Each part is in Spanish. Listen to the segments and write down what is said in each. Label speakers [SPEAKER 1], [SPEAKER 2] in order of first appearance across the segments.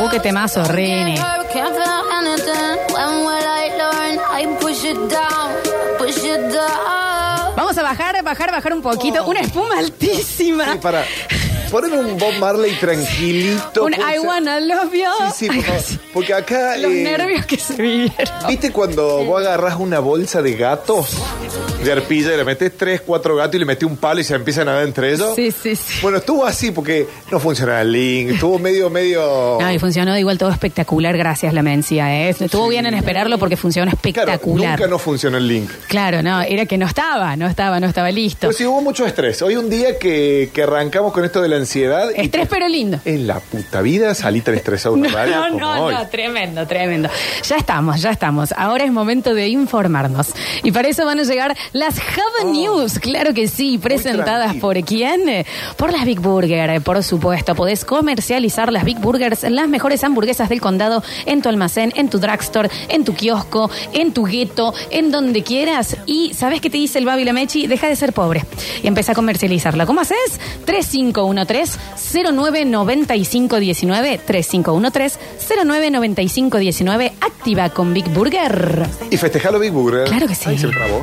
[SPEAKER 1] Uh, qué temazo, Rini. Vamos a bajar, bajar, bajar un poquito. Una espuma altísima.
[SPEAKER 2] Oh. Sí, para. Ponen un Bob Marley tranquilito.
[SPEAKER 1] Un
[SPEAKER 2] puede
[SPEAKER 1] I
[SPEAKER 2] ser.
[SPEAKER 1] wanna love you.
[SPEAKER 2] Sí, sí, por favor. Porque acá.
[SPEAKER 1] Los
[SPEAKER 2] eh,
[SPEAKER 1] nervios que se vivieron.
[SPEAKER 2] ¿Viste cuando vos agarrás una bolsa de gatos de arpilla y le metés tres, cuatro gatos y le metés un palo y se empiezan a dar entre ellos?
[SPEAKER 1] Sí, sí, sí.
[SPEAKER 2] Bueno, estuvo así porque no funcionaba el link, estuvo medio, medio.
[SPEAKER 1] No, y funcionó igual todo espectacular, gracias la mencia. ¿eh? Estuvo bien en esperarlo porque funcionó
[SPEAKER 2] claro,
[SPEAKER 1] espectacular.
[SPEAKER 2] nunca no funcionó el link.
[SPEAKER 1] Claro, no, era que no estaba, no estaba, no estaba listo.
[SPEAKER 2] Pero Pues sí hubo mucho estrés. Hoy un día que, que arrancamos con esto de la ansiedad. y-
[SPEAKER 1] Estrés pero lindo.
[SPEAKER 2] En la puta vida salí tan estresado de una radio
[SPEAKER 1] Eh. No,
[SPEAKER 2] como
[SPEAKER 1] no,
[SPEAKER 2] hoy.
[SPEAKER 1] no, tremendo, tremendo. Ya estamos, ya estamos. Ahora es momento de informarnos. Y para eso van a llegar las Java News, claro que sí, presentadas
[SPEAKER 2] Oh. tranquilo.
[SPEAKER 1] por quién? Eh, Por las Big Burger, eh, por supuesto. Podés comercializar las Big Burgers, las mejores hamburguesas del condado, en tu almacén, en tu drugstore, en tu kiosco, en tu gueto, en donde quieras. Y ¿sabés qué te dice el Babi Lamechi? Deja de ser pobre y empieza a comercializarla. ¿Cómo haces? 3513-099519. 3513-099519. Activa con Big Burger.
[SPEAKER 2] Y festejalo Big Burger.
[SPEAKER 1] Claro que sí.
[SPEAKER 2] Ay, se me trabó.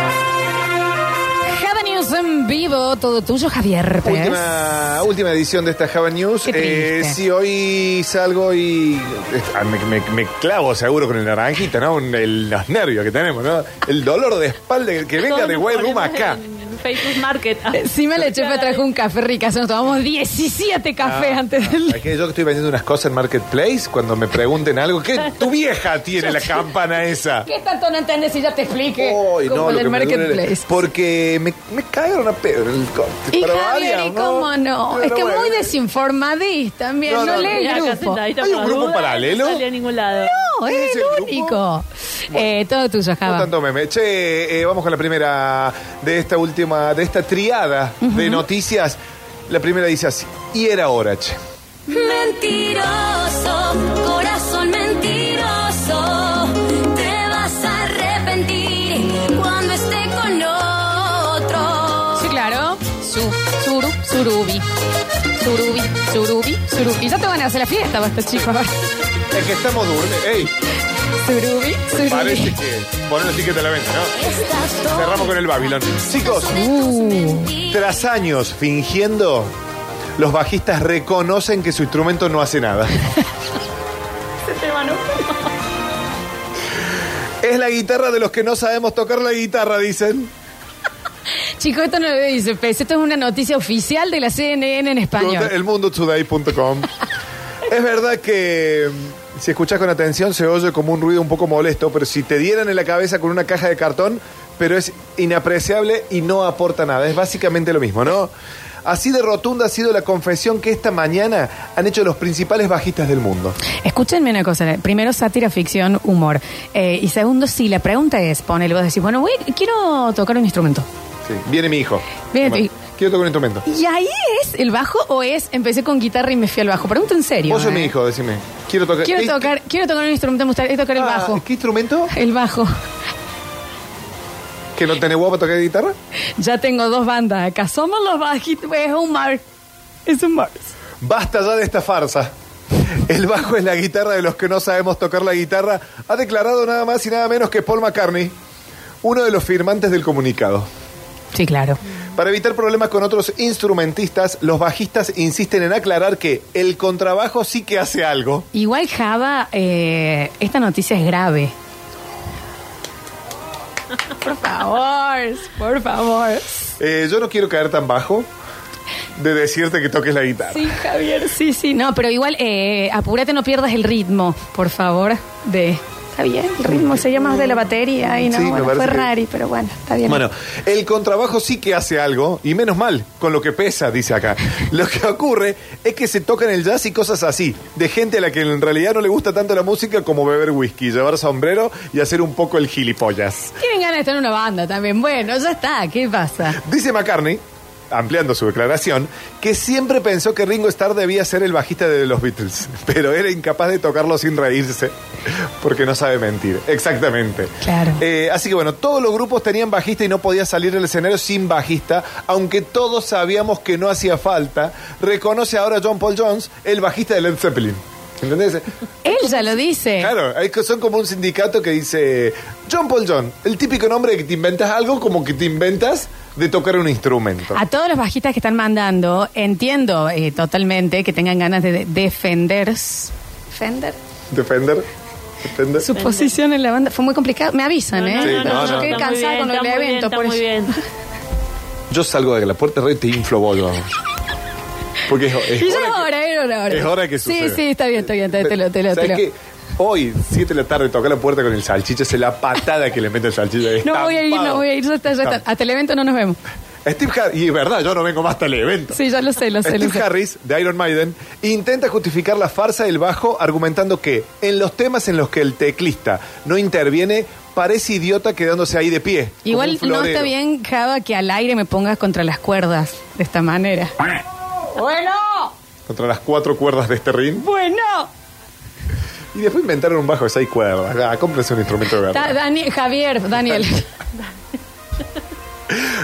[SPEAKER 1] Java News en vivo, todo tuyo, Javier. Pérez.
[SPEAKER 2] Última, última edición de esta Java News.
[SPEAKER 1] Qué triste.
[SPEAKER 2] Eh, sí, hoy salgo y eh, ah, me, me- me clavo seguro con el naranjita, ¿no? Un- el- los nervios que tenemos, ¿no? El dolor de espalda que- que venga
[SPEAKER 3] Todos
[SPEAKER 2] de
[SPEAKER 3] nos
[SPEAKER 2] White Room
[SPEAKER 3] ponemos
[SPEAKER 2] acá.
[SPEAKER 3] en Facebook Market. Ah,
[SPEAKER 1] Encima la chefa trajo un café ricazo, nos tomamos 17
[SPEAKER 2] Ah.
[SPEAKER 1] cafés antes del...
[SPEAKER 2] Aquí yo que estoy vendiendo unas cosas en Marketplace, cuando me pregunten algo, ¿qué tu vieja tiene la campana esa?
[SPEAKER 1] ¿Qué tanto no entendés si ya te explique?
[SPEAKER 2] Ay, no,
[SPEAKER 1] Como
[SPEAKER 2] lo
[SPEAKER 1] del
[SPEAKER 2] que me duele.
[SPEAKER 1] marketplace.
[SPEAKER 2] Porque me, me cagaron a pedo en el corte.
[SPEAKER 1] Y
[SPEAKER 2] Para
[SPEAKER 1] Javier,
[SPEAKER 2] variar,
[SPEAKER 1] ¿y cómo no? es
[SPEAKER 2] Pero
[SPEAKER 1] que
[SPEAKER 2] bueno.
[SPEAKER 1] muy desinformadís también, no,
[SPEAKER 2] No, no, no.
[SPEAKER 1] lee
[SPEAKER 3] mira,
[SPEAKER 1] el
[SPEAKER 3] acá
[SPEAKER 1] grupo.
[SPEAKER 3] sentadita
[SPEAKER 2] ¿Hay un grupo
[SPEAKER 3] para dudas,
[SPEAKER 2] paralelo?
[SPEAKER 3] No salí a ningún lado.
[SPEAKER 1] No,
[SPEAKER 2] ¿Quién
[SPEAKER 1] es
[SPEAKER 2] es
[SPEAKER 1] el
[SPEAKER 2] el
[SPEAKER 1] único. Eh, todo tuyo,
[SPEAKER 2] No
[SPEAKER 1] Java.
[SPEAKER 2] tanto meme. Che, eh, vamos con la primera de esta última, de esta triada de noticias. La primera dice así, y era hora, che.
[SPEAKER 4] Mentiroso, corazón mentiroso, te vas a arrepentir cuando esté con otro.
[SPEAKER 1] Sí, claro. Su, suru, surubi. Surubi, surubi, surubi. Y ya te van a hacer la fiesta, basta, chicos.
[SPEAKER 2] Es que estamos durmiendo. Ey,
[SPEAKER 1] Surubi,
[SPEAKER 2] parece
[SPEAKER 1] surubi.
[SPEAKER 2] que... Poner el ticket a la venta, ¿no? Cerramos con el Babylon. Chicos,
[SPEAKER 1] Uh,
[SPEAKER 2] tras años fingiendo, los bajistas reconocen que su instrumento no hace nada.
[SPEAKER 3] Este tema no.
[SPEAKER 2] Es la guitarra de los que no sabemos tocar la guitarra, dicen.
[SPEAKER 1] chicos, esto no lo dice Pez. Esto es una noticia oficial de la CNN en español.
[SPEAKER 2] Elmundotoday.com. es verdad que mm, si escuchas con atención se oye como un ruido un poco molesto, pero si te dieran en la cabeza con una caja de cartón, pero es inapreciable y no aporta nada. Es básicamente lo mismo, ¿no? Así de rotunda ha sido la confesión que esta mañana han hecho los principales bajistas del mundo.
[SPEAKER 1] Escúchenme una cosa. Primero, sátira, ficción, humor. Eh, y segundo, si la pregunta es, ponele, vos decís, bueno, güey, quiero tocar un instrumento.
[SPEAKER 2] Sí, Viene mi hijo.
[SPEAKER 1] Viene tu
[SPEAKER 2] Toma,
[SPEAKER 1] hijo.
[SPEAKER 2] Quiero tocar un instrumento.
[SPEAKER 1] ¿Y ahí es el bajo o es empecé con guitarra y me fui al bajo? Pregunta en serio.
[SPEAKER 2] Vos sos
[SPEAKER 1] eh.
[SPEAKER 2] mi hijo, decime. Quiero tocar.
[SPEAKER 1] Quiero
[SPEAKER 2] ¿Qué-
[SPEAKER 1] tocar, quiero tocar un instrumento, me gustaría tocar el
[SPEAKER 2] ah,
[SPEAKER 1] bajo.
[SPEAKER 2] ¿Qué instrumento?
[SPEAKER 1] El bajo.
[SPEAKER 2] ¿Que no tenés huevo para tocar guitarra?
[SPEAKER 1] Ya tengo dos bandas acá. Somos los bajitos. Es un mar. Es un mar.
[SPEAKER 2] Basta ya de esta farsa. El bajo es la guitarra de los que no sabemos tocar la guitarra, ha declarado nada más y nada menos que Paul McCartney, uno de los firmantes del comunicado.
[SPEAKER 1] Sí, claro.
[SPEAKER 2] Para evitar problemas con otros instrumentistas, los bajistas insisten en aclarar que el contrabajo sí que hace algo.
[SPEAKER 1] Igual Java, eh, esta noticia es grave. Por favor, por favor.
[SPEAKER 2] Eh, yo no quiero caer tan bajo de decirte que toques la guitarra.
[SPEAKER 1] Sí, Javier, sí, sí. No, pero igual, eh, apúrate, no pierdas el ritmo, por favor, de, Está bien, el ritmo se llama de la batería y no,
[SPEAKER 2] Sí, me
[SPEAKER 1] bueno,
[SPEAKER 2] parece
[SPEAKER 1] fue
[SPEAKER 2] que-
[SPEAKER 1] rari, pero bueno, está bien.
[SPEAKER 2] Bueno, el contrabajo sí que hace algo, y menos mal, con lo que pesa, dice acá. Lo que ocurre es que se tocan el jazz y cosas así, de gente a la que en realidad no le gusta tanto la música como beber whisky, llevar sombrero y hacer un poco el gilipollas.
[SPEAKER 1] Tienen ganas de estar en una banda también. Bueno, ya está, ¿qué pasa?
[SPEAKER 2] Dice McCartney, ampliando su declaración, que siempre pensó que Ringo Starr debía ser el bajista de los Beatles, pero era incapaz de tocarlo sin reírse, porque no sabe mentir. Exactamente.
[SPEAKER 1] Claro.
[SPEAKER 2] Eh, así que bueno, todos los grupos tenían bajista y no podía salir del escenario sin bajista, aunque todos sabíamos que no hacía falta. Reconoce ahora John Paul Jones, el bajista de Led Zeppelin. ¿Entendés?
[SPEAKER 1] Él ya lo dice.
[SPEAKER 2] Claro, hay que- son como un sindicato que dice John Paul John, el típico nombre que te inventas algo como que te inventas de tocar un instrumento.
[SPEAKER 1] A todos los bajistas que están mandando, entiendo eh, totalmente que tengan ganas de de- defender s- defender
[SPEAKER 2] Defender. Defender.
[SPEAKER 1] su posición en la banda. Fue muy complicado. Me avisan, ¿eh?
[SPEAKER 2] no, Sí,
[SPEAKER 1] Yo
[SPEAKER 2] no, no.
[SPEAKER 1] quedé
[SPEAKER 2] Está
[SPEAKER 3] muy
[SPEAKER 1] cansada
[SPEAKER 3] bien,
[SPEAKER 1] con el
[SPEAKER 3] está muy bien,
[SPEAKER 1] evento,
[SPEAKER 3] está
[SPEAKER 1] por
[SPEAKER 3] muy
[SPEAKER 1] eso.
[SPEAKER 3] bien.
[SPEAKER 2] Yo salgo de la puerta y te inflo bollo. Porque es, es
[SPEAKER 1] Y yo
[SPEAKER 2] hora que-
[SPEAKER 1] ahora, era una hora.
[SPEAKER 2] es hora que
[SPEAKER 1] Sí,
[SPEAKER 2] suceda.
[SPEAKER 1] sí, está bien, está bien. Te, te lo, te lo, te
[SPEAKER 2] ¿Sabes
[SPEAKER 1] lo.
[SPEAKER 2] qué? Hoy, 7 de la tarde, toca la puerta con el salchicha, es la patada que le mete el salchicha.
[SPEAKER 1] No voy a ir,
[SPEAKER 2] Estampado.
[SPEAKER 1] no voy a ir. Ya está, ya está. Hasta el evento no nos vemos.
[SPEAKER 2] Steve Harris, y es verdad, yo no vengo más hasta el evento.
[SPEAKER 1] Sí, ya lo sé, lo sé, lo
[SPEAKER 2] Steve
[SPEAKER 1] sé.
[SPEAKER 2] Harris, de Iron Maiden, intenta justificar la farsa del bajo argumentando que en los temas en los que el teclista no interviene, parece idiota quedándose ahí de pie. como
[SPEAKER 1] Igual
[SPEAKER 2] un
[SPEAKER 1] no
[SPEAKER 2] florero.
[SPEAKER 1] está bien, Java, que al aire me pongas contra las cuerdas de esta manera.
[SPEAKER 2] Contra las cuatro cuerdas de este ring.
[SPEAKER 1] Bueno.
[SPEAKER 2] Y después inventaron un bajo de seis cuerdas. Ah, cómprense un instrumento de
[SPEAKER 1] Ta-
[SPEAKER 2] verdad.
[SPEAKER 1] Dani- Javier, Daniel.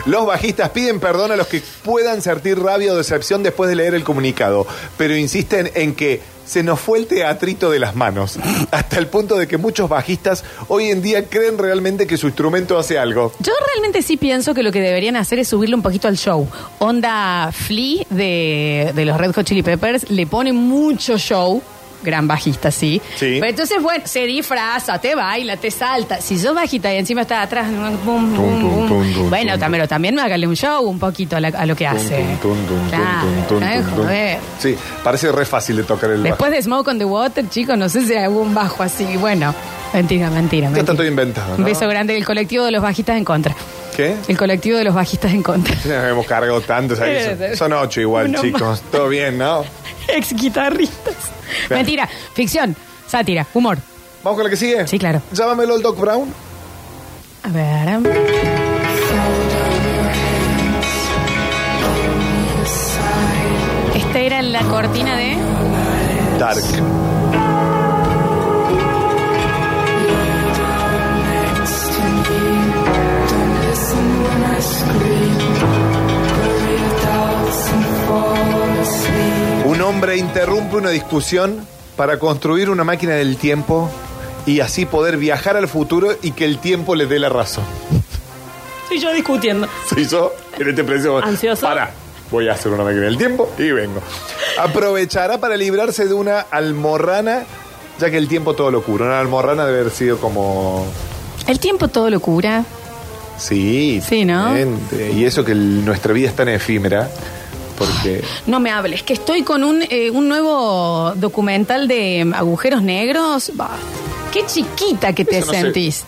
[SPEAKER 2] Los bajistas piden perdón a los que puedan sentir rabia o decepción después de leer el comunicado, pero insisten en que se nos fue el teatrito de las manos, hasta el punto de que muchos bajistas hoy en día creen realmente que su instrumento hace algo.
[SPEAKER 1] Yo realmente sí pienso que lo que deberían hacer es subirle un poquito al show. Onda Flea de, de los Red Hot Chili Peppers le pone mucho show. Gran bajista, sí.
[SPEAKER 2] Sí.
[SPEAKER 1] Pero entonces, bueno, se disfraza, te baila, te salta. Si sos bajita y encima está atrás, bum, bum,
[SPEAKER 2] Tum, tum,
[SPEAKER 1] bum.
[SPEAKER 2] tum, tum,
[SPEAKER 1] bueno,
[SPEAKER 2] tum.
[SPEAKER 1] también, pero también hágale un show un poquito a, la- a lo que
[SPEAKER 2] Tum,
[SPEAKER 1] hace.
[SPEAKER 2] tum, tum, tum,
[SPEAKER 1] Claro,
[SPEAKER 2] tum, tum,
[SPEAKER 1] no es
[SPEAKER 2] tum, tum.
[SPEAKER 1] joder.
[SPEAKER 2] Sí, parece re fácil de tocar el bajo.
[SPEAKER 1] Después de Smoke on the Water, chicos, no sé si hubo un bajo así. Bueno, mentira, mentira.
[SPEAKER 2] Ya está
[SPEAKER 1] mentira.
[SPEAKER 2] todo inventado,
[SPEAKER 1] Un
[SPEAKER 2] ¿no?
[SPEAKER 1] beso grande del colectivo de los bajistas en contra.
[SPEAKER 2] ¿Qué?
[SPEAKER 1] El colectivo de los bajistas en contra.
[SPEAKER 2] Nos hemos cargado tantos ahí. Son, son ocho igual,
[SPEAKER 1] Uno
[SPEAKER 2] chicos.
[SPEAKER 1] más.
[SPEAKER 2] Todo bien, ¿no?
[SPEAKER 1] Ex guitarristas.
[SPEAKER 2] Claro.
[SPEAKER 1] Mentira, ficción, sátira, humor.
[SPEAKER 2] ¿Vamos con la que sigue?
[SPEAKER 1] Sí, claro.
[SPEAKER 2] Llámamelo el Doc Brown.
[SPEAKER 1] A ver. Esta era la cortina de.
[SPEAKER 2] Dark. Un hombre interrumpe una discusión para construir una máquina del tiempo y así poder viajar al futuro y que el tiempo le dé la razón.
[SPEAKER 3] Soy yo discutiendo.
[SPEAKER 2] Soy yo en este precio.
[SPEAKER 3] Ansioso.
[SPEAKER 2] Para, voy a hacer una máquina del tiempo y vengo. Aprovechará para librarse de una almorrana, ya que el tiempo todo lo cura. Una almorrana debe haber sido como.
[SPEAKER 1] El tiempo todo lo cura.
[SPEAKER 2] Sí.
[SPEAKER 1] Sí, ¿no?
[SPEAKER 2] gente. Y eso que el- nuestra vida es tan efímera, porque.
[SPEAKER 1] No me hables, que estoy con un, eh, un nuevo documental de mm, agujeros negros. Bah, qué chiquita que te
[SPEAKER 2] Eso no sé.
[SPEAKER 1] sentís.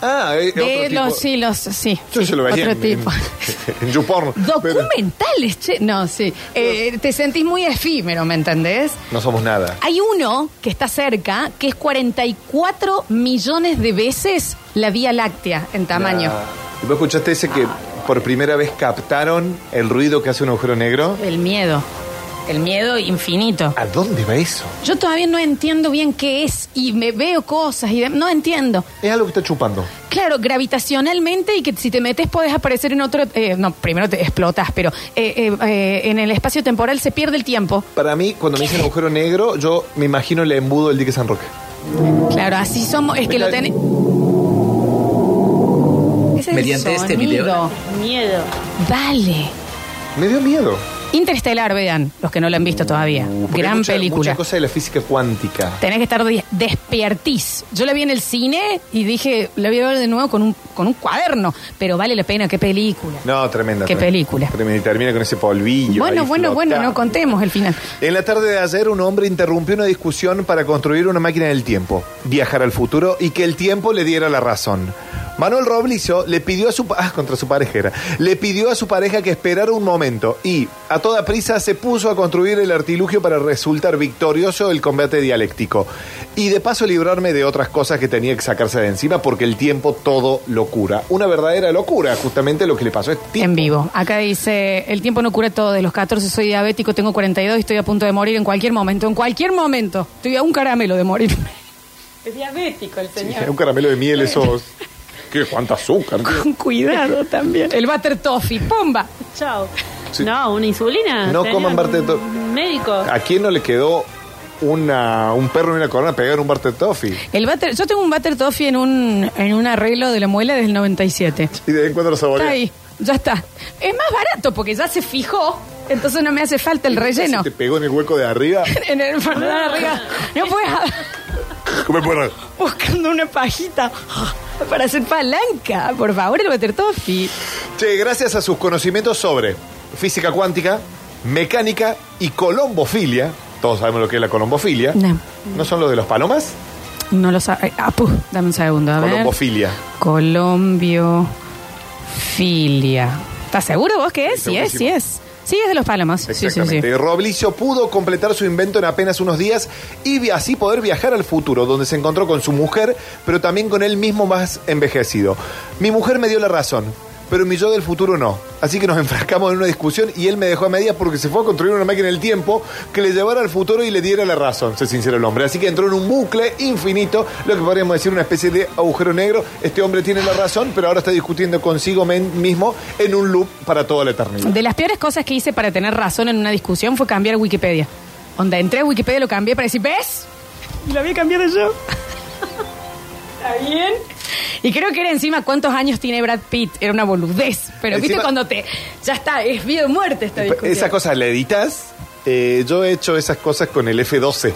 [SPEAKER 2] Ah, eh,
[SPEAKER 1] De
[SPEAKER 2] otro tipo.
[SPEAKER 1] los hilos, sí.
[SPEAKER 2] Yo se lo veía
[SPEAKER 1] Otro
[SPEAKER 2] en,
[SPEAKER 1] tipo.
[SPEAKER 2] en, en YouPorn, pero
[SPEAKER 1] Documentales, che. No, sí. Eh, te sentís muy efímero, ¿me entendés?
[SPEAKER 2] no somos nada.
[SPEAKER 1] Hay uno que está cerca, que es 44 millones de veces la Vía Láctea en tamaño.
[SPEAKER 2] Ah. ¿Y vos escuchaste ese que por primera vez captaron el ruido que hace un agujero negro?
[SPEAKER 1] El miedo. El miedo infinito.
[SPEAKER 2] ¿A dónde va eso?
[SPEAKER 1] Yo todavía no entiendo bien qué es y me veo cosas y de- no entiendo.
[SPEAKER 2] Es algo que está chupando.
[SPEAKER 1] Claro, gravitacionalmente y que si te metes puedes aparecer en otro... eh, no, primero te explotas, pero eh, eh, eh, en el espacio temporal se pierde el tiempo.
[SPEAKER 2] Para mí, cuando me dicen agujero negro, yo me imagino el embudo del dique San Roque.
[SPEAKER 1] Claro, así somos, es que lo tenés... Ese es el
[SPEAKER 5] Mediante este video.
[SPEAKER 1] sonido.
[SPEAKER 3] Miedo.
[SPEAKER 1] Dale.
[SPEAKER 2] Me dio miedo.
[SPEAKER 1] Interestelar, vean, los que no lo han visto todavía.
[SPEAKER 2] Porque hay
[SPEAKER 1] Gran
[SPEAKER 2] mucha-
[SPEAKER 1] película.
[SPEAKER 2] Mucha cosa de la física cuántica.
[SPEAKER 1] Tenés que estar des- despiertís. Yo la vi en el cine y dije, la voy a ver de nuevo con un, con un cuaderno. Pero vale la pena, qué película.
[SPEAKER 2] No, tremenda.
[SPEAKER 1] Qué
[SPEAKER 2] tremenda.
[SPEAKER 1] película.
[SPEAKER 2] Tremenda, Y termina con ese polvillo.
[SPEAKER 1] bueno,
[SPEAKER 2] ahí
[SPEAKER 1] bueno, bueno,
[SPEAKER 2] flotando.
[SPEAKER 1] no contemos el final.
[SPEAKER 2] En la tarde de ayer, un hombre interrumpió una discusión para construir una máquina del tiempo, viajar al futuro y que el tiempo le diera la razón. Manuel Roblizo le pidió a su pa- ah, contra su pareja era. le pidió a su pareja que esperara un momento y a toda prisa se puso a construir el artilugio para resultar victorioso el combate dialéctico y de paso librarme de otras cosas que tenía que sacarse de encima porque el tiempo todo lo cura, una verdadera locura, justamente lo que le pasó a este tipo.
[SPEAKER 1] En vivo. Acá dice, el tiempo no cura todo. De los 14 soy diabético, tengo 42 y estoy a punto de morir en cualquier momento. En cualquier momento. Estoy a un caramelo de morir.
[SPEAKER 3] Es diabético el señor.
[SPEAKER 2] un caramelo de miel esos. Qué cuánta azúcar. tío.
[SPEAKER 1] Con cuidado también. El butter toffee, ¡pomba!
[SPEAKER 3] Chao.
[SPEAKER 2] Sí.
[SPEAKER 3] No, una insulina.
[SPEAKER 2] No
[SPEAKER 3] señor,
[SPEAKER 2] coman barteto- Ah.
[SPEAKER 3] un Médico.
[SPEAKER 2] ¿A quién no le quedó una, un perro en una corona pegado en un bar de toffee?
[SPEAKER 1] El butter, yo tengo un butter toffee en un, en un arreglo de la muela del 97.
[SPEAKER 2] Y de vez en cuando lo
[SPEAKER 1] Está
[SPEAKER 2] saborea.
[SPEAKER 1] ahí, ya está. Es más barato porque ya se fijó, entonces no me hace falta el relleno.
[SPEAKER 2] Si te pegó en el hueco de arriba.
[SPEAKER 1] En el paladar arriba. No puedes
[SPEAKER 2] come por-
[SPEAKER 1] buscando una pajita para hacer palanca. Por favor, el butter toffee.
[SPEAKER 2] Che, gracias a sus conocimientos sobre física cuántica, mecánica y colombofilia. Todos sabemos lo que es la colombofilia.
[SPEAKER 1] No.
[SPEAKER 2] ¿No son los de los palomas?
[SPEAKER 1] No lo sabe. Ah, pu, dame un segundo, a ver.
[SPEAKER 2] Colombofilia.
[SPEAKER 1] Colombio. Filia. ¿Estás seguro vos que es?
[SPEAKER 2] Sí,
[SPEAKER 1] Sí, es, sí
[SPEAKER 2] segurísimo.
[SPEAKER 1] es. Sí, es de los palomas. Sí, sí, sí.
[SPEAKER 2] Exactamente. Roblizo pudo completar su invento en apenas unos días y vi- así poder viajar al futuro, donde se encontró con su mujer, pero también con él mismo más envejecido. Mi mujer me dio la razón, pero mi yo del futuro no. Así que nos enfrascamos en una discusión y él me dejó a medias porque se fue a construir una máquina del tiempo que le llevara al futuro y le diera la razón, se sincero el hombre. Así que entró en un bucle infinito, lo que podríamos decir una especie de agujero negro. Este hombre tiene la razón, pero ahora está discutiendo consigo men- mismo en un loop para toda la eternidad.
[SPEAKER 1] De las peores cosas que hice para tener razón en una discusión fue cambiar Wikipedia. Onda, entré a Wikipedia, lo cambié para decir, ¿ves? Y lo había cambiado yo. ¿Está bien? Y creo que era encima cuántos años tiene Brad Pitt. Era una boludez. Pero viste
[SPEAKER 2] Encima-
[SPEAKER 1] cuando te... Ya está, es vida o muerte esta discusión.
[SPEAKER 2] Esas cosas la editas. Eh, yo he hecho esas cosas con el F12.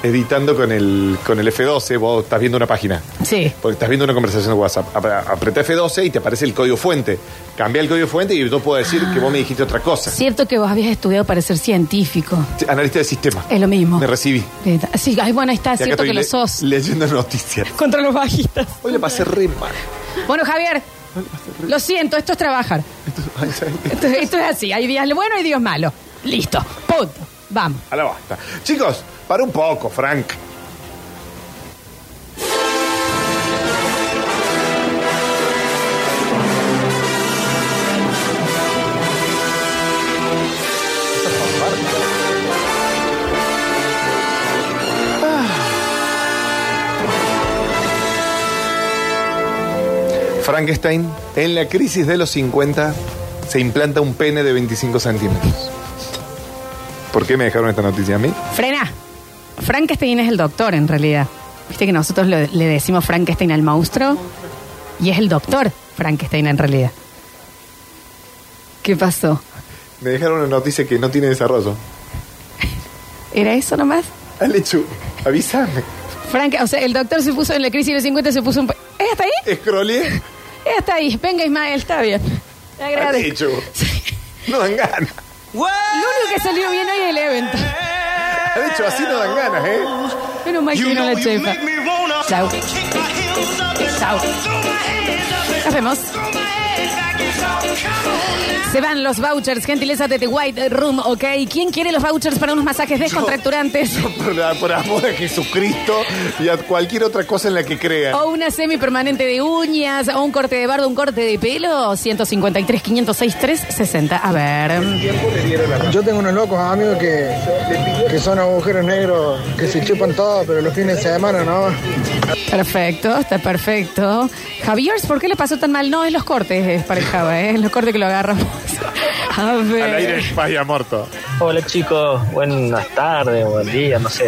[SPEAKER 2] Editando con el, con el F12, vos estás viendo una página.
[SPEAKER 1] Sí.
[SPEAKER 2] Porque estás viendo una conversación de WhatsApp. Ap- Apretá F12 y te aparece el código fuente. Cambia el código fuente y yo puedo decir que vos me dijiste otra cosa.
[SPEAKER 1] Cierto que vos habías estudiado para ser científico.
[SPEAKER 2] Analista de sistema.
[SPEAKER 1] Es lo mismo.
[SPEAKER 2] Me recibí.
[SPEAKER 1] Eh, Sí, ay, bueno, ahí está,
[SPEAKER 2] Y acá
[SPEAKER 1] cierto
[SPEAKER 2] estoy
[SPEAKER 1] que lo
[SPEAKER 2] le-
[SPEAKER 1] sos.
[SPEAKER 2] Leyendo noticias.
[SPEAKER 1] Contra los bajistas.
[SPEAKER 2] Hoy le pasé re mal.
[SPEAKER 1] Bueno, Javier, lo siento, esto es trabajar. Esto, esto es así, hay días buenos y días malos. Listo, punto. Vamos.
[SPEAKER 2] A la basta. Chicos, para un poco, Frank. Ah. Frankenstein, en la crisis de los 50, se implanta un pene de 25 centímetros. ¿Por qué me dejaron esta noticia a mí?
[SPEAKER 1] Frena. Frankenstein es el doctor, en realidad. Viste que nosotros lo- le decimos Frankenstein al monstruo. Y es el doctor Frankenstein, en realidad. ¿Qué pasó?
[SPEAKER 2] Me dejaron una noticia que no tiene desarrollo.
[SPEAKER 1] ¿Era eso nomás?
[SPEAKER 2] Alechu, avísame.
[SPEAKER 1] Frank, o sea, el doctor se puso en la crisis de los 50, se puso un... pa- ¿Es hasta ahí?
[SPEAKER 2] Escrolé.
[SPEAKER 1] Es hasta ahí. Venga, Ismael, está bien. Te agradezco.
[SPEAKER 2] Alechu. No dan ganas.
[SPEAKER 1] Lo único que salió bien hoy es el evento.
[SPEAKER 2] Alechu, así no dan ganas, ¿eh?
[SPEAKER 1] Menos mal que vino la chefa. Chau. Chau. Nos vemos. Se van los vouchers, gentileza de The White Room, ¿ok? ¿Quién quiere los vouchers para unos masajes descontracturantes?
[SPEAKER 2] Por, la- por amor a Jesucristo y a cualquier otra cosa en la que crean.
[SPEAKER 1] O una semi permanente de uñas, o un corte de bardo, un corte de pelo, 153, 506, 360. A ver.
[SPEAKER 5] Yo tengo unos locos amigos que, que son agujeros negros, que se chupan todo, pero los fines de semana no.
[SPEAKER 1] Perfecto, está perfecto. Javier, ¿por qué le pasó tan mal? No, es los cortes, es para el Java, ¿eh? es los cortes que lo agarramos. A ver.
[SPEAKER 2] Al aire, paz y amor todo.
[SPEAKER 6] Hola chicos, buenas tardes, buen día, no sé.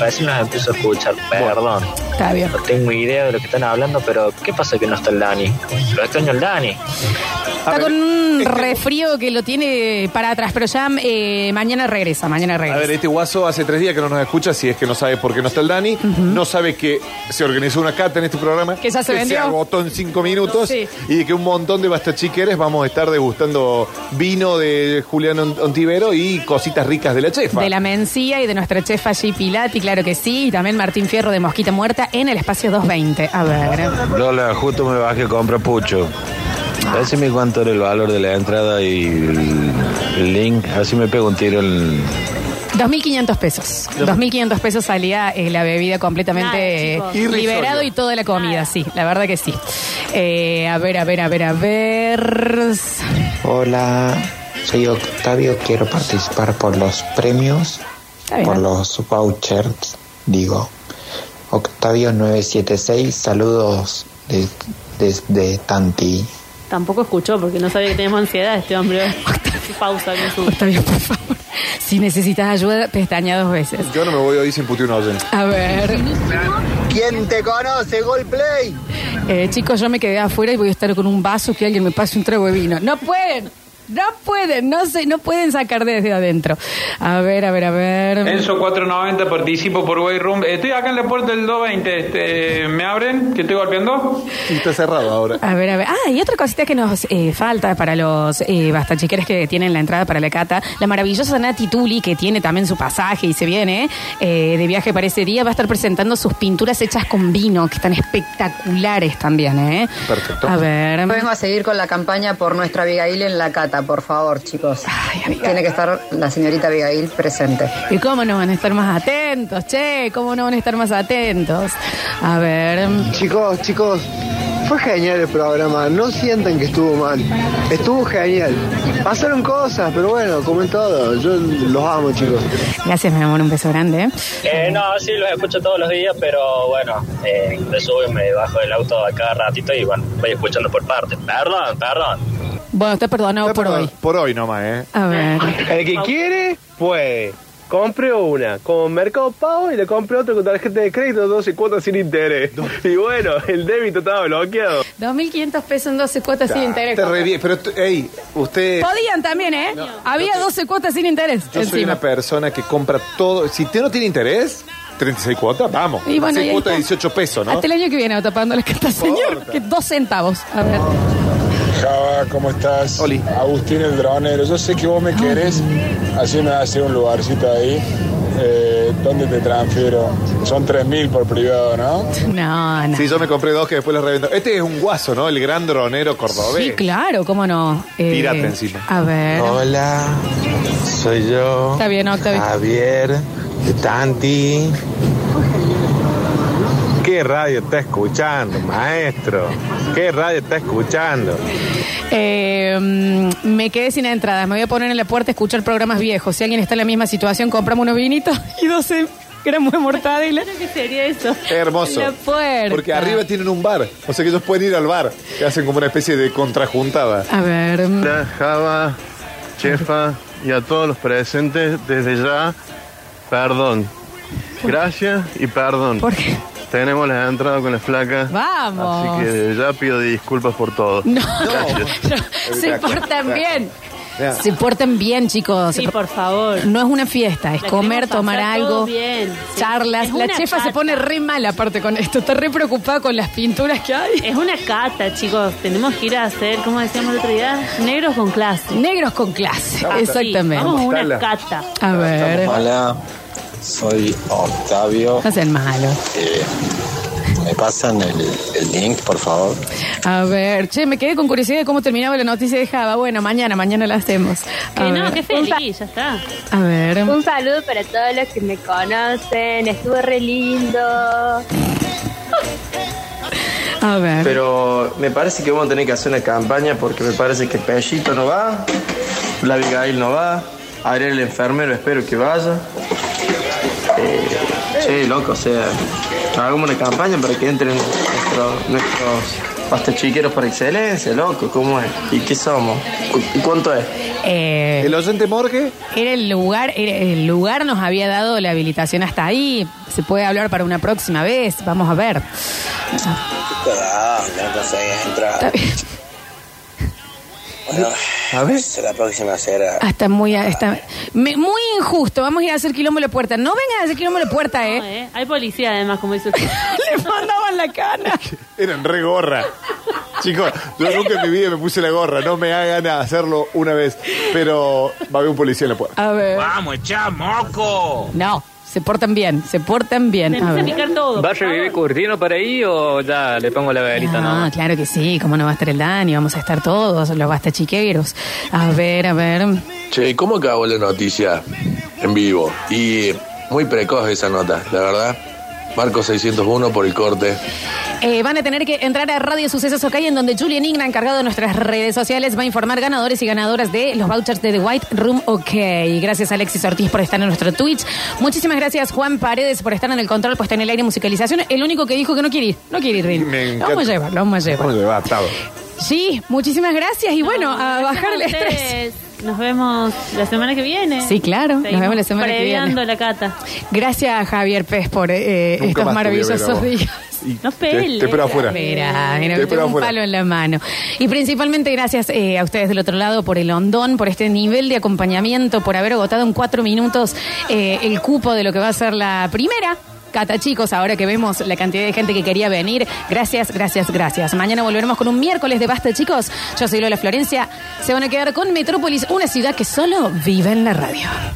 [SPEAKER 6] Recién los empiezo a escuchar, perdón.
[SPEAKER 1] Está bien.
[SPEAKER 6] No tengo idea de lo que están hablando, pero ¿qué pasa que no está el Dani? Lo extraño el Dani.
[SPEAKER 1] Está con un refrío que lo tiene para atrás, pero ya eh, mañana regresa, mañana
[SPEAKER 2] A ver,
[SPEAKER 1] regresa.
[SPEAKER 2] este guaso hace tres días que no nos escucha, si es que no sabe por qué no está el Dani, no sabe que se organizó una cata en este programa,
[SPEAKER 1] Que ya se vendió.
[SPEAKER 2] agotó en cinco minutos
[SPEAKER 1] Sí.
[SPEAKER 2] y que un montón de bastachiqueres vamos a estar degustando vino de Julián Ont- Ontivero y cositas ricas de la chefa.
[SPEAKER 1] De la Mencía y de nuestra chefa G. Pilati, claro que sí, y también Martín Fierro de Mosquita Muerta en el espacio 220. A ver.
[SPEAKER 7] Lola, justo me bajé a comprar pucho. Así me cuánto era el valor de la entrada y el, el link. Así me pego un tiro en...
[SPEAKER 1] 2.500 pesos. 2.500 pesos salía eh, la bebida completamente
[SPEAKER 3] Nada,
[SPEAKER 1] eh,
[SPEAKER 2] chicos.
[SPEAKER 1] liberado y toda la comida, sí, la verdad que sí. Eh, a ver, a ver, a ver, a ver.
[SPEAKER 8] Hola, soy Octavio, quiero participar por los premios,
[SPEAKER 1] Está bien.
[SPEAKER 8] por los vouchers, digo. Octavio 976, saludos de- desde Tanti.
[SPEAKER 3] Tampoco escuchó porque no sabía que teníamos ansiedad este hombre. Pausa con su.
[SPEAKER 1] Está bien, por favor. Si necesitas ayuda, pestaña dos veces.
[SPEAKER 2] Yo no me voy hoy sin putear un oyente.
[SPEAKER 1] A ver.
[SPEAKER 5] ¿Quién te conoce, Goldplay?
[SPEAKER 1] Eh, chicos, yo me quedé afuera y voy a estar con un vaso que alguien me pase un trago de vino. No pueden. No pueden, no sé, no pueden sacar desde adentro. A ver, a ver, a ver.
[SPEAKER 9] Enzo 490, participo por Way Room. Estoy acá en la puerta del 220. Este, ¿Me abren? ¿Que estoy golpeando?
[SPEAKER 2] Y está cerrado ahora.
[SPEAKER 1] A ver, a ver. Ah, y otra cosita que nos eh, falta para los eh, bastachiqueres que tienen la entrada para la cata, la maravillosa Nati Tuli, que tiene también su pasaje y se viene eh, de viaje para ese día, va a estar presentando sus pinturas hechas con vino, que están espectaculares también, ¿eh?
[SPEAKER 2] Perfecto.
[SPEAKER 1] A ver.
[SPEAKER 10] Vengo a seguir con la campaña por nuestra Abigail en la cata, por favor, chicos.
[SPEAKER 1] Ay, amiga.
[SPEAKER 10] Tiene que estar la señorita Abigail presente.
[SPEAKER 1] ¿Y cómo no van a estar más atentos, che? ¿Cómo no van a estar más atentos? A ver.
[SPEAKER 5] Chicos, chicos, fue genial el programa. No sientan que estuvo mal. Estuvo genial. Pasaron cosas, pero bueno, como en todo, yo los amo, chicos.
[SPEAKER 1] Gracias, mi amor, un beso grande. ¿eh?
[SPEAKER 6] Eh, no, sí, los escucho todos los días, pero bueno, eh, me subo y me bajo del auto a cada ratito y bueno, voy escuchando por parte. Perdón, perdón.
[SPEAKER 1] Bueno, está perdonado Ah, por hoy.
[SPEAKER 2] Por hoy nomás, ¿eh?
[SPEAKER 1] A ver.
[SPEAKER 7] El que quiere, puede. Compre una con Mercado Pago y le compre otro con tarjeta de crédito 12 cuotas sin interés. Y bueno, el débito estaba bloqueado.
[SPEAKER 1] 2.500 pesos en 12 cuotas sin interés.
[SPEAKER 2] Te re bien, pero, tú- ey, usted...
[SPEAKER 1] Podían también, ¿eh? Había 12 cuotas sin interés
[SPEAKER 2] Yo soy
[SPEAKER 1] encima.
[SPEAKER 2] una persona que compra todo. Si usted no tiene interés, 36 cuotas, vamos.
[SPEAKER 1] Y bueno, y
[SPEAKER 2] 36
[SPEAKER 1] ahí
[SPEAKER 2] cuotas,
[SPEAKER 1] está.
[SPEAKER 2] 18 pesos, ¿no?
[SPEAKER 1] Hasta el año que viene va tapando la carta, señor.
[SPEAKER 2] importa.
[SPEAKER 1] Que dos centavos. A ver.
[SPEAKER 5] Java, ¿cómo estás?
[SPEAKER 2] Oli.
[SPEAKER 5] Agustín el Dronero, yo sé que vos me querés, así me vas a hacer un lugarcito ahí. Eh, ¿Dónde te transfiero? Son 3.000 por privado, ¿no?
[SPEAKER 1] No, no.
[SPEAKER 2] Sí, yo me compré dos que después los revendo. Este es un guaso, ¿no? El gran dronero cordobés.
[SPEAKER 1] Sí, claro, cómo no. Eh,
[SPEAKER 2] Pirata Pues, encima.
[SPEAKER 1] A ver.
[SPEAKER 8] Hola, soy yo.
[SPEAKER 1] Está bien, Octavio.
[SPEAKER 8] Javier, Tanti.
[SPEAKER 7] ¿Qué radio está escuchando, maestro? ¿Qué radio está escuchando?
[SPEAKER 1] Eh, mm, me quedé sin entradas. Me voy a poner en la puerta a escuchar programas viejos. Si alguien está en la misma situación, compramos unos vinitos y 12 gramos de mortadela.
[SPEAKER 3] ¿Qué sería eso?
[SPEAKER 2] Hermoso.
[SPEAKER 1] La puerta.
[SPEAKER 2] Porque arriba tienen un bar. O sea que ellos pueden ir al bar. Que hacen como una especie de contrajuntada.
[SPEAKER 1] A ver. mm,
[SPEAKER 7] Java, Chefa y a todos los presentes, desde ya, perdón. Gracias y perdón.
[SPEAKER 1] ¿Por qué?
[SPEAKER 7] Tenemos las entradas con las flacas.
[SPEAKER 1] Vamos.
[SPEAKER 7] Así que ya pido disculpas por todo.
[SPEAKER 1] No, no, se portan bien. Se portan bien, chicos.
[SPEAKER 3] Sí, por favor.
[SPEAKER 1] No es una fiesta, es
[SPEAKER 3] La
[SPEAKER 1] comer,
[SPEAKER 3] queremos pasar
[SPEAKER 1] tomar algo,
[SPEAKER 3] todos bien. Sí.
[SPEAKER 1] charlas.
[SPEAKER 3] Es
[SPEAKER 1] La
[SPEAKER 3] una
[SPEAKER 1] chefa se
[SPEAKER 3] cata.
[SPEAKER 1] pone re mal aparte con esto, está re preocupada con las pinturas que hay.
[SPEAKER 3] Es una cata, chicos. Tenemos que ir a hacer, como decíamos el otro día, negros con clase.
[SPEAKER 1] Negros con clase,
[SPEAKER 3] Ah, sí. Vamos a
[SPEAKER 1] exactamente.
[SPEAKER 3] una
[SPEAKER 2] Tala.
[SPEAKER 3] cata.
[SPEAKER 1] A ver,
[SPEAKER 8] Hola, soy Octavio.
[SPEAKER 1] no sean malos.
[SPEAKER 8] ¿Me pasan el, el link, por favor?
[SPEAKER 1] A ver, che, me quedé con curiosidad de cómo terminaba la noticia de Java. Bueno, mañana, mañana la hacemos. A
[SPEAKER 3] Que no,
[SPEAKER 1] ver.
[SPEAKER 3] qué feliz, ya está.
[SPEAKER 1] A ver.
[SPEAKER 4] Un saludo para todos los que me conocen. Estuvo re lindo.
[SPEAKER 1] A ver.
[SPEAKER 7] Pero me parece que vamos a tener que hacer una campaña porque me parece que Pellito no va, la Abigail no va, Ariel el enfermero espero que vaya. Eh, che, loco, o sea, hagamos una campaña para que entren
[SPEAKER 11] nuestros, nuestros pastachiqueros por excelencia, loco. ¿Cómo es? ¿Y qué somos? ¿Cu- y ¿Cuánto es?
[SPEAKER 1] Eh,
[SPEAKER 11] ¿El oyente morgue?
[SPEAKER 1] Era el lugar, era- el lugar nos había dado la habilitación hasta ahí. Se puede hablar para una próxima vez. Vamos a ver.
[SPEAKER 12] Ah,
[SPEAKER 1] Está bien.
[SPEAKER 12] Bueno, ¿Sabes? La próxima será.
[SPEAKER 1] Ah, está muy, está- me- muy injusto. Vamos a ir a hacer quilombo a la puerta. No vengan a hacer quilombo a la puerta, ¿eh?
[SPEAKER 3] Hay policía además, como dice usted.
[SPEAKER 1] Le mandaban la cana.
[SPEAKER 2] Eran re gorra. Chicos, yo nunca en mi vida me puse la gorra. No me hagan hacerlo una vez. Pero va a haber un policía en la puerta.
[SPEAKER 1] A ver.
[SPEAKER 2] ¡Vamos, chamoco!
[SPEAKER 1] No, se portan bien, se portan bien. A ver.
[SPEAKER 13] ¿Va a revivir Curtino para ahí o ya le pongo la velita?
[SPEAKER 1] Ah,
[SPEAKER 13] No.
[SPEAKER 1] claro que sí, cómo no va a estar el Dani, vamos a estar todos, los basta chiqueros. A ver, a ver.
[SPEAKER 14] Che, ¿cómo acabó la noticia en vivo? Y muy precoz esa nota, la verdad. Marco 601 por el corte.
[SPEAKER 1] Eh, van a tener que entrar a Radio Sucesos OK, en donde Julian Igna, encargado de nuestras redes sociales, va a informar ganadores y ganadoras de los vouchers de The White Room OK. Gracias Alexis Ortiz por estar en nuestro Twitch. Muchísimas gracias Juan Paredes por estar en el control, puesta en el aire musicalización. El único que dijo que no quiere ir, no quiere ir, Rini.
[SPEAKER 2] Me
[SPEAKER 1] Lo Vamos a
[SPEAKER 2] encanta.
[SPEAKER 1] llevarlo, vamos a llevarlo.
[SPEAKER 2] Vamos a llevar, estaba.
[SPEAKER 1] Sí, muchísimas gracias y bueno, a bajar el
[SPEAKER 3] Gracias a
[SPEAKER 1] estrés.
[SPEAKER 3] ustedes. Nos vemos la semana que viene.
[SPEAKER 1] Sí, claro, nos
[SPEAKER 3] Seguimos
[SPEAKER 1] vemos la semana que viene.
[SPEAKER 3] previando la cata.
[SPEAKER 1] Gracias a Javier Pez por eh,
[SPEAKER 3] Nunca
[SPEAKER 1] estos
[SPEAKER 3] más te voy a ver a
[SPEAKER 1] maravillosos
[SPEAKER 3] vos.
[SPEAKER 1] días.
[SPEAKER 3] No pelees.
[SPEAKER 2] te espero afuera.
[SPEAKER 1] Mira, mira,
[SPEAKER 2] Te
[SPEAKER 1] me
[SPEAKER 2] espero
[SPEAKER 1] tengo un
[SPEAKER 2] afuera.
[SPEAKER 1] palo en la mano. Y principalmente gracias eh, a ustedes del otro lado por el hondón, por este nivel de acompañamiento, por haber agotado en cuatro minutos eh, el cupo de lo que va a ser la primera. Cata, chicos, ahora que vemos la cantidad de gente que quería venir, gracias, gracias, gracias. Mañana volveremos con un miércoles de basta, chicos. Yo soy Lola Florencia. Se van a quedar con Metrópolis, una ciudad que solo vive en la radio.